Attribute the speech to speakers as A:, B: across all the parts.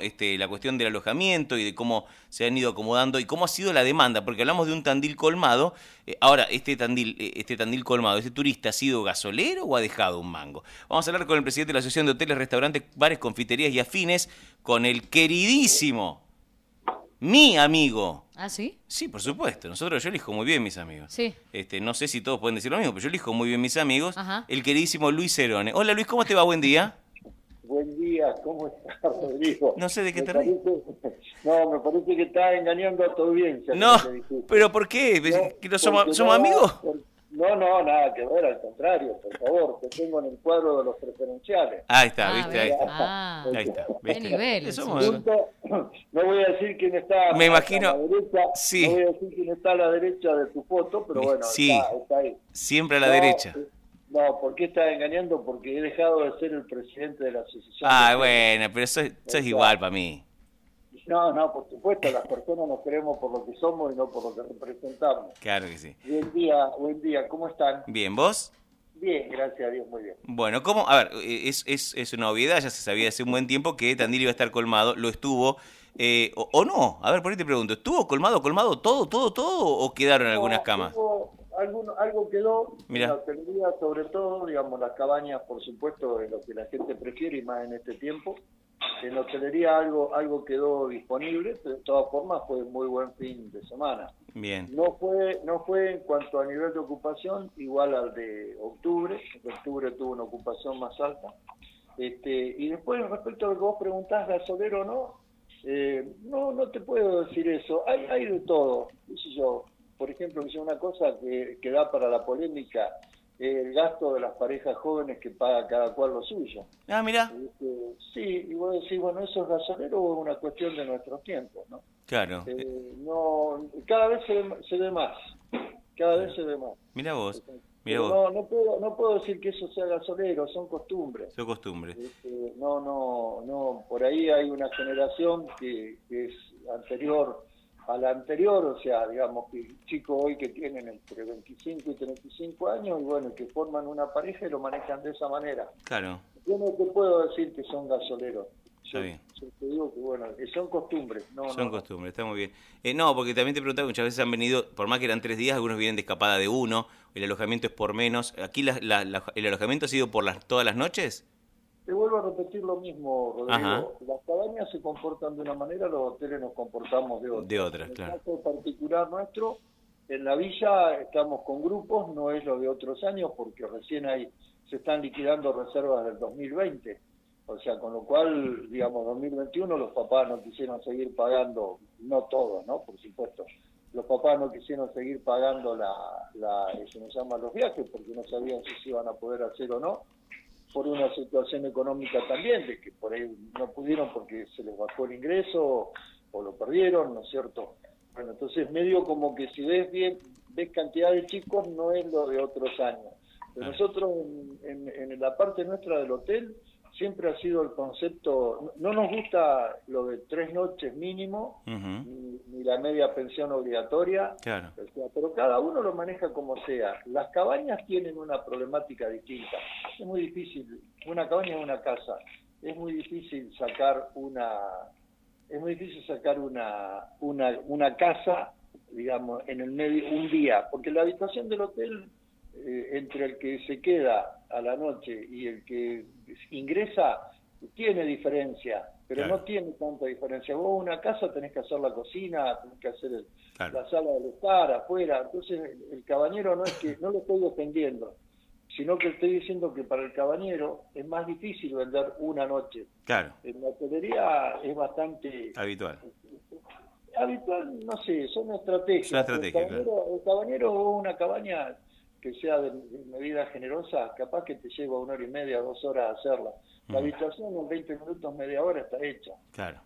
A: este, la cuestión del alojamiento y de cómo se han ido acomodando y cómo ha sido la demanda, porque hablamos de un Tandil colmado. Eh, ahora, este Tandil, eh, este Tandil colmado, ¿este turista ha sido gasolero o ha dejado un mango? Vamos a hablar con el presidente de la Asociación de Hoteles, Restaurantes, Bares, Confiterías y Afines, con el queridísimo, mi amigo.
B: ¿Ah, sí?
A: Sí, por supuesto. Nosotros yo elijo muy bien mis amigos.
B: Sí.
A: Este, no sé si todos pueden decir lo mismo, pero yo elijo muy bien mis amigos.
B: Ajá.
A: El queridísimo Luis Cerone. Hola Luis, ¿cómo te va? Buen día.
C: Buen día, ¿cómo estás, Rodrigo?
A: No sé de qué
C: Me
A: te reís.
C: parece- No, me parece que estás engañando a tu audiencia.
A: No,
C: con lo que dijiste.
A: pero ¿por qué? ¿Que no somos,
C: porque
A: somos
C: no,
A: amigos?
C: por- No, no, nada que ver, al contrario, por favor, te tengo en el cuadro de los preferenciales.
A: Ahí está,
B: Ah,
A: viste,
B: bien.
A: ahí está.
B: Ah,
A: Ahí está,
B: Qué
A: ¿viste?
B: nivel,
A: Eh, somos-
C: Punto. No voy a decir quién está
A: Me
C: a-
A: imagino-
C: a la derecha,
A: sí.
C: no voy a decir quién está a la derecha de tu foto, pero bueno,
A: Sí.
C: está, está ahí.
A: siempre a la
C: No,
A: derecha.
C: eh, No, ¿por qué estás engañando? Porque he dejado de ser el presidente de la asociación.
A: Ah,
C: de-
A: bueno, pero eso, eso es igual para mí.
C: No, no, por supuesto, las personas nos creemos por lo que somos y no por lo que representamos.
A: Claro que sí.
C: Buen día, buen día, ¿cómo están?
A: Bien, ¿vos?
C: Bien, gracias a Dios, muy bien.
A: Bueno, ¿cómo? A ver, eh, es, es, es una obviedad, ya se sabía hace un buen tiempo que Tandil iba a estar colmado, lo estuvo, eh, o, o no? A ver, por ahí te pregunto, ¿estuvo colmado, colmado todo, todo, todo o quedaron algunas
C: No,
A: camas?
C: hubo- algún- algo quedó
A: Mirá.
C: en la hotelería, sobre todo, digamos, las cabañas, por supuesto, es lo que la gente prefiere y más en este tiempo. En la hotelería algo, algo quedó disponible, pero de todas formas fue un muy buen fin de semana.
A: Bien,
C: No fue, no fue en cuanto a nivel de ocupación igual al de octubre, porque octubre tuvo una ocupación más alta. Este, y después respecto a lo que vos preguntás, gasolero o no, eh, no, no te puedo decir eso, hay, hay de todo, qué sé yo, por ejemplo, que sea una cosa que, que da para la polémica, eh, el gasto de las parejas jóvenes que paga cada cual lo suyo.
A: ah, mira,
C: Este, sí, y vos decís, bueno, eso es gasolero o es una cuestión de nuestros tiempos, ¿no?
A: claro,
C: Eh, no, cada vez se, ve- se ve más. Cada vez se ve más.
A: mira vos, mira
C: Pero
A: vos,
C: no, no puedo, no puedo decir que eso sea gasolero, son costumbres.
A: su costumbre.
C: Este, no, no, no. Por ahí hay una generación que, que es anterior a la anterior, o sea, digamos que chicos hoy que tienen entre 25 y 35 años y bueno, que forman una pareja y lo manejan de esa manera.
A: Claro,
C: Yo no te puedo decir que son gasoleros.
A: Está
C: Yo-
A: bien.
C: yo te digo que bueno, que son costumbres. No,
A: son
C: no, no.
A: costumbres, está muy bien. Eh, no, porque también te preguntaba, muchas veces han venido, por más que eran tres días, algunos vienen de escapada de uno, el alojamiento es por menos. ¿Aquí la- la- la- el alojamiento ha sido por las, todas las noches?
C: Te vuelvo a repetir lo mismo, Rodrigo.
A: Ajá.
C: Las cabañas se comportan de una manera, los hoteles nos comportamos de otra.
A: De otra,
C: En el
A: claro.
C: caso particular nuestro, en la villa estamos con grupos, no es lo de otros años, porque recién ahí se están liquidando reservas del 2020. O sea, con lo cual, digamos, 2021 los papás no quisieron seguir pagando, no todos, ¿no? Por supuesto. Los papás no quisieron seguir pagando la, la, se nos llama los viajes, porque no sabían si se iban a poder hacer o no por una situación económica también, de que por ahí no pudieron porque se les bajó el ingreso o lo perdieron, ¿no es cierto? Bueno, entonces medio como que si ves bien, ves cantidad de chicos, no es lo de otros años. Pero
A: Claro.
C: nosotros en, en- en la parte nuestra del hotel siempre ha sido el concepto, no no nos gusta lo de tres noches mínimo,
A: Ujú,
C: ni, ni la media pensión obligatoria,
A: Claro.
C: o sea, pero cada uno lo maneja como sea. Las cabañas tienen una problemática distinta. Es muy difícil, una cabaña es una casa. Es muy difícil sacar una es muy difícil sacar una una, una casa, digamos, en el medio un día, porque la habitación del hotel eh, entre el que se queda a la noche y el que ingresa tiene diferencia, pero
A: Claro.
C: no tiene tanta diferencia. Vos una casa tenés que hacer la cocina, tenés que hacer el,
A: Claro.
C: la sala del estar, afuera. Entonces, el- el caballero no es que no lo estoy defendiendo, sino que estoy diciendo que para el caballero es más difícil vender una noche.
A: Claro,
C: En la hotelería es bastante
A: habitual.
C: habitual, no sé, son estrategias.
A: Son estrategias,
C: el caballero, el caballero o una cabaña que sea de, de medida generosa, capaz que te lleva una hora y media, dos horas hacerla. La
A: Mm.
C: habitación en 20 minutos, media hora está hecha.
A: Claro.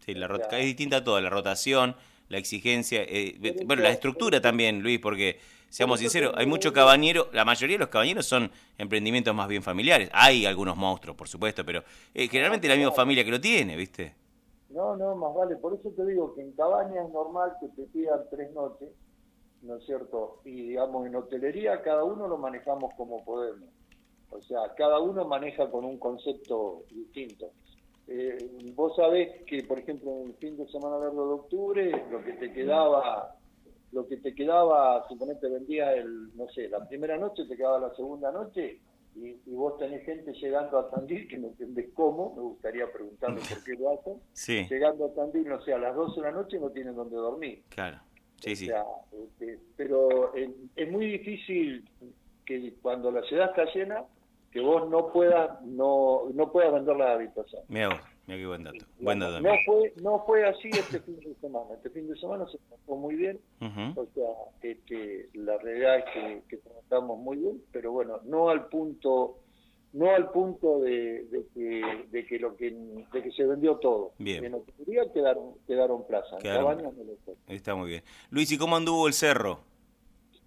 A: Sí, la rota-
C: Claro.
A: es distinta a todo, la rotación, la exigencia, eh,
C: Pero
A: bueno, la
C: eso-
A: estructura también, Luis, porque seamos
C: Pero eh, eso
A: sinceros, hay
C: también-
A: muchos cabañeros, la mayoría de los cabañeros son emprendimientos más bien familiares. Hay algunos monstruos, por supuesto, pero eh,
C: Ah,
A: generalmente la misma familia que lo tiene, ¿viste?
C: No, no, más vale. Por eso te digo que en cabaña es normal que te pidan tres noches, ¿no es cierto? Y digamos, en hotelería cada uno lo manejamos como podemos. O sea, cada uno maneja con un concepto distinto. Eh, vos sabés que, por ejemplo, en el fin de semana largo de octubre, lo que te quedaba, lo que te quedaba, suponete vendía el, no sé, la primera noche, te quedaba la segunda noche, y, y vos tenés gente llegando a Tandil, que no entendés cómo, me gustaría preguntarle por qué lo hacen,
A: Sí,
C: llegando a Tandil, no sé, a las 12 de la noche no tienen dónde dormir.
A: claro. Sí,
C: O
A: sí.
C: sea, este, pero eh, es muy difícil que cuando la ciudad está llena, que vos no puedas, no, no puedas vender la habitación.
A: Mira vos, mira qué buen dato. Buen dato
C: No
A: también.
C: fue, no fue así este fin de semana. Este fin de semana se trató muy bien.
A: Ujú.
C: O sea, este, la realidad es que, que tratamos muy bien, pero bueno, no al punto no al punto de, de que, de que lo que de que se vendió todo.
A: Bien.
C: En octubre quedaron quedaron plazas. en
A: Quedaron.
C: Cabañas no lo fue.
A: Está muy bien. Luis, ¿y cómo anduvo el cerro?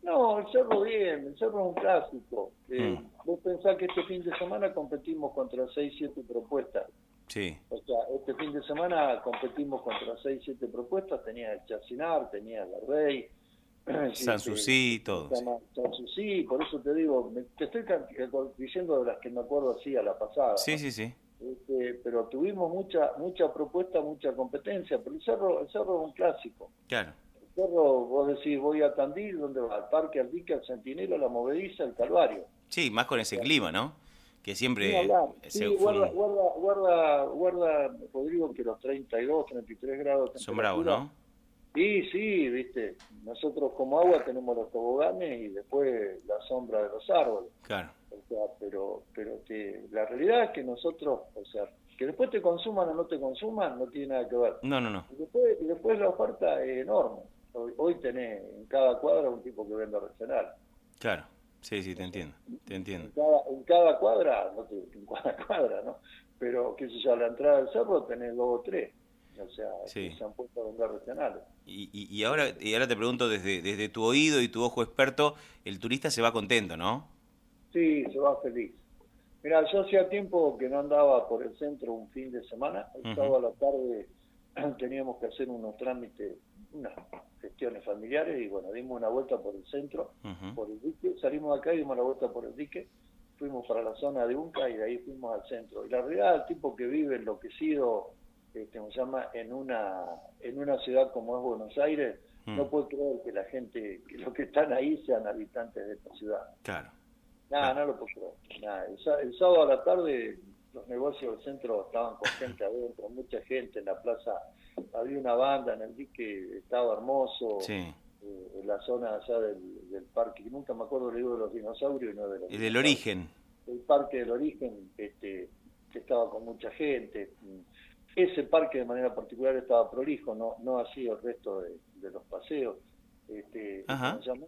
C: No, el cerro bien, el cerro es un clásico. Eh,
A: Mm.
C: Vos pensás que este fin de semana competimos contra 6, 7 propuestas.
A: Sí,
C: O sea, este fin de semana competimos contra 6, 7 propuestas. Tenía el Chacinar, tenía la Rey,
A: Sanssouci, todo. sí.
C: Sansusí, por eso te digo, me- te estoy can- eh, diciendo de las que me acuerdo así a la pasada.
A: Sí,
C: ¿no?
A: sí, sí.
C: Este, pero tuvimos mucha mucha propuesta, mucha competencia. Pero el cerro, el cerro es un clásico.
A: Claro.
C: El cerro, vos decís, voy a Tandil, ¿dónde va? Al Parque, al Dique, al Centinela, a la Movediza, al Calvario.
A: Sí, más con ese clima, ¿no? Que
C: Ni
A: siempre
C: hablar.
A: se
C: Sí,
A: fue
C: guarda,
A: un
C: guarda, guarda, guarda, Rodrigo, que los 32, 33 grados. de
A: son bravos,
C: temperatura.
A: ¿no?
C: Sí, sí, viste. Nosotros como agua tenemos los toboganes y después la sombra de los árboles.
A: Claro.
C: O sea, pero, pero que la realidad es que nosotros, o sea, que después te consuman o no te consuman, no tiene nada que ver.
A: No, no, no.
C: Y después, y después la oferta es enorme. Hoy, hoy tenés en cada cuadra un tipo que vende artesanal.
A: Claro. Sí, sí, te entiendo. Te
C: En
A: entiendo.
C: cada, en cada cuadra, no te, en cada cuadra, ¿no? Pero, qué sé yo, a la entrada del cerro tenés dos o tres. O sea,
A: Sí.
C: que se han puesto a vender artesanales.
A: Y, y- y ahora, y ahora te pregunto desde, desde tu oído y tu ojo experto, el turista se va contento, ¿no?
C: Sí, se va feliz. Mira, yo hacía tiempo que no andaba por el centro un fin de semana. El
A: Ujú.
C: sábado a la tarde teníamos que hacer unos trámites, unas gestiones familiares y bueno, dimos una vuelta por el centro,
A: Ujú.
C: por el dique. Salimos de acá y dimos la vuelta por el dique. Fuimos para la zona de Unca y de ahí fuimos al centro. Y la realidad, el tipo que vive enloquecido, este, se llama, en una, en una ciudad como es Buenos Aires,
A: Mm.
C: no puede creer que la gente, que los que están ahí sean habitantes de esta ciudad.
A: Claro.
C: Nada, no lo puedo creer. Nah, el, sá- el sábado a la tarde los negocios del centro estaban con gente adentro, mucha gente en la plaza. Había una banda en el dique, estaba hermoso.
A: Sí.
C: eh, en la zona allá del, del parque, que nunca me acuerdo, le digo de los dinosaurios y no de los
A: El del
C: dinosaurios.
A: origen.
C: El parque del origen este, que estaba con mucha gente. Ese parque de manera particular estaba prolijo, no, no así el resto de, de los paseos. Este,
A: Ajá.
C: ¿cómo se llama?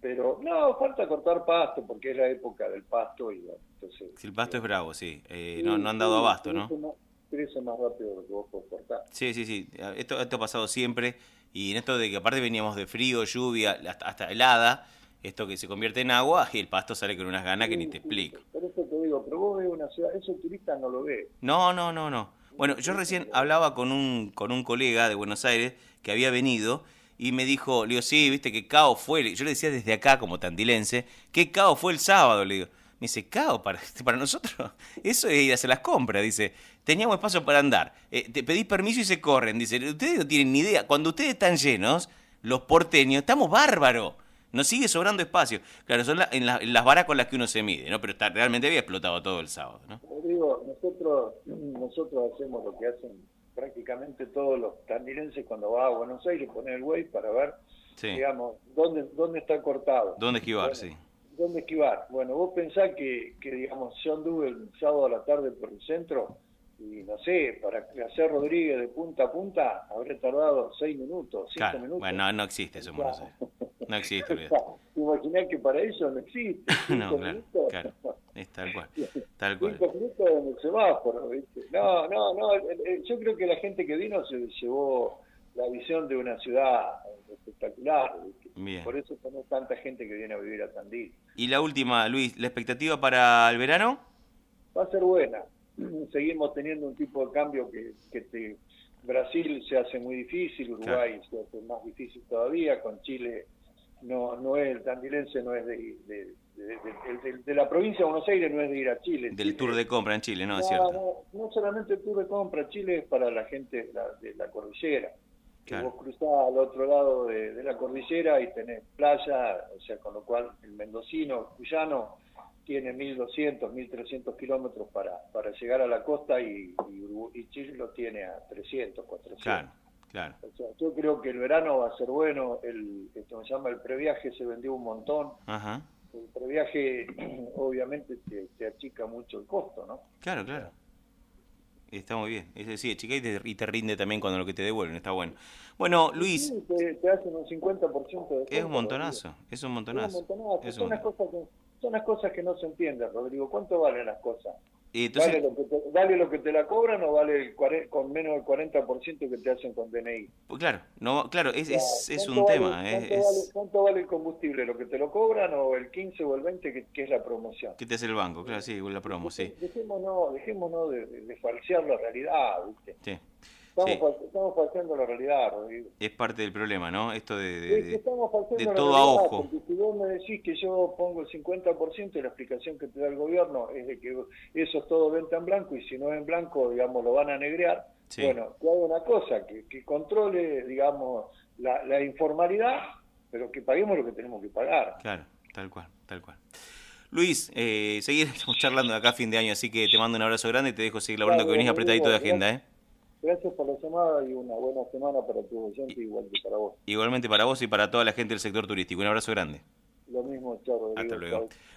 C: Pero no, falta cortar pasto porque es la época del pasto y bueno, entonces... este,
A: Si el pasto es bravo, sí. Eh, no, no han dado abasto, ¿no?
C: Crece más, crece más rápido de lo que vos podés cortar.
A: Sí, sí, sí. Esto, esto ha pasado siempre. Y en esto de que aparte veníamos de frío, lluvia, hasta, hasta helada, esto que se convierte en agua, y el pasto sale con unas ganas que ni te explico.
C: Por eso te digo, pero vos ves una ciudad, eso el turista no lo ve.
A: No, no, no, no. Bueno, yo recién hablaba con un, con un colega de Buenos Aires que había venido y me dijo, le digo, sí, viste que caos fue. Yo le decía desde acá, como tandilense, ¿qué caos fue el sábado? Le digo, me dice, caos para, para nosotros. Eso es ir a hacer las compras. Dice, teníamos espacio para andar. Eh, te pedís permiso y se corren. Dice, ustedes no tienen ni idea. Cuando ustedes están llenos, los porteños, estamos bárbaros. Nos sigue sobrando espacio. Claro, son la- en, la- en las varas con las que uno se mide, ¿no? Pero está, realmente había explotado todo el sábado, ¿no?
C: Como digo, nosotros, nosotros hacemos lo que hacen prácticamente todos los tandilenses cuando va a Buenos Aires, poner el güey para ver,
A: Sí.
C: digamos, dónde, dónde está cortado.
A: ¿Dónde esquivar?
C: Bueno,
A: Sí.
C: ¿Dónde esquivar? Bueno, vos pensás que, que, digamos, yo anduve el sábado a la tarde por el centro y no sé, para hacer Rodríguez de punta a punta habré tardado seis minutos, cinco
A: Claro,
C: minutos.
A: Bueno, no, no existe eso en Buenos Aires. No existe,
C: O
A: olvidate.
C: sea, imaginás que para eso no existe.
A: No,
C: cinco
A: claro,
C: minutos.
A: claro. Es tal cual. Tal cual.
C: Cinco minutos en el semáforo, ¿viste? No, no, no. el- el- Yo creo que la gente que vino se llevó la visión de una ciudad espectacular. ¿viste?
A: Bien.
C: Por eso tenemos tanta gente que viene a vivir a Tandil.
A: Y la última, Luis, ¿la expectativa para el verano?
C: Va a ser buena. Seguimos teniendo un tipo de cambio que, que te- Brasil se hace muy difícil, Uruguay se hace más difícil todavía, con Chile no no es, el tandilense no es de, de- de, de- de- de la provincia de Buenos Aires no es de ir a Chile.
A: Del
C: Chile-
A: tour de compra en Chile, ¿no? Es
C: no,
A: cierto.
C: no, no solamente el tour de compra, Chile es para la gente de la, de la cordillera. Que
A: Claro.
C: Vos cruzás al otro lado de, de la cordillera y tenés playa, o sea, con lo cual el mendocino, el cuyano, tiene 1.200, 1.300 kilómetros para, para llegar a la costa y, y Urugu- y Chile lo tiene a 300, 400.
A: Claro, claro.
C: O sea, yo creo que el verano va a ser bueno, el, esto se llama el previaje, se vendió un montón.
A: Ajá.
C: El previaje obviamente te, te achica mucho el costo, ¿no?
A: Claro, claro. Está muy bien. Es decir, chica, y te, y te rinde también cuando lo que te devuelven. Está bueno. Bueno, Luis,
C: Sí, te, te hacen un 50% de
A: es
C: descuento,
A: un montonazo. Es un
C: Rodrigo. Es
A: montonazo.
C: un montonazo.
A: Es
C: son,
A: un
C: las
A: montonazo.
C: cosas que, son las cosas que no se entienden, Rodrigo. ¿Cuánto valen las cosas?
A: Y
C: ¿Vale,
A: Eh, Entonces,
C: lo que te, vale lo que te la cobran o vale el cuare- con menos del 40% que te hacen con DNI?
A: pues claro, no, claro, es, es, es un
C: ¿Cuánto vale-
A: tema.
C: ¿cuánto,
A: es-
C: Vale,
A: es-
C: cuánto vale el combustible? ¿Lo que te lo cobran o el 15 o el 20 que, que es la promoción?
A: ¿Qué te hace el banco? Claro, sí, la promo, sí.
C: Dejémonos, dejémonos de, de falsear la realidad, ¿viste?
A: Sí.
C: Estamos,
A: Sí.
C: fal- estamos falseando la realidad, Rodrigo.
A: Es parte del problema, ¿no? Esto de... de-
C: Es que
A: este, de-
C: estamos falseando
A: de
C: la
A: todo a
C: realidad,
A: ojo.
C: Porque si vos me decís que yo pongo el 50% y la explicación que te da el gobierno es de que eso es todo venta en blanco y si no es en blanco, digamos, lo van a negrear.
A: Sí.
C: Bueno, que haga una cosa, que, que controle, digamos, la, la informalidad, pero que paguemos lo que tenemos que pagar.
A: Claro, tal cual, tal cual. Luis, eh, seguiremos charlando de acá a fin de año, así que te mando un abrazo grande y te dejo seguir laburando que
C: Dale,
A: venís apretadito de
C: amigo,
A: agenda, ¿eh?
C: Gracias por la llamada y una buena semana para tu oyente, igual que para vos.
A: Igualmente para vos y para toda la gente del sector turístico. Un abrazo grande.
C: Lo mismo, chao, Rodrigo.
A: Hasta luego.
C: Chao.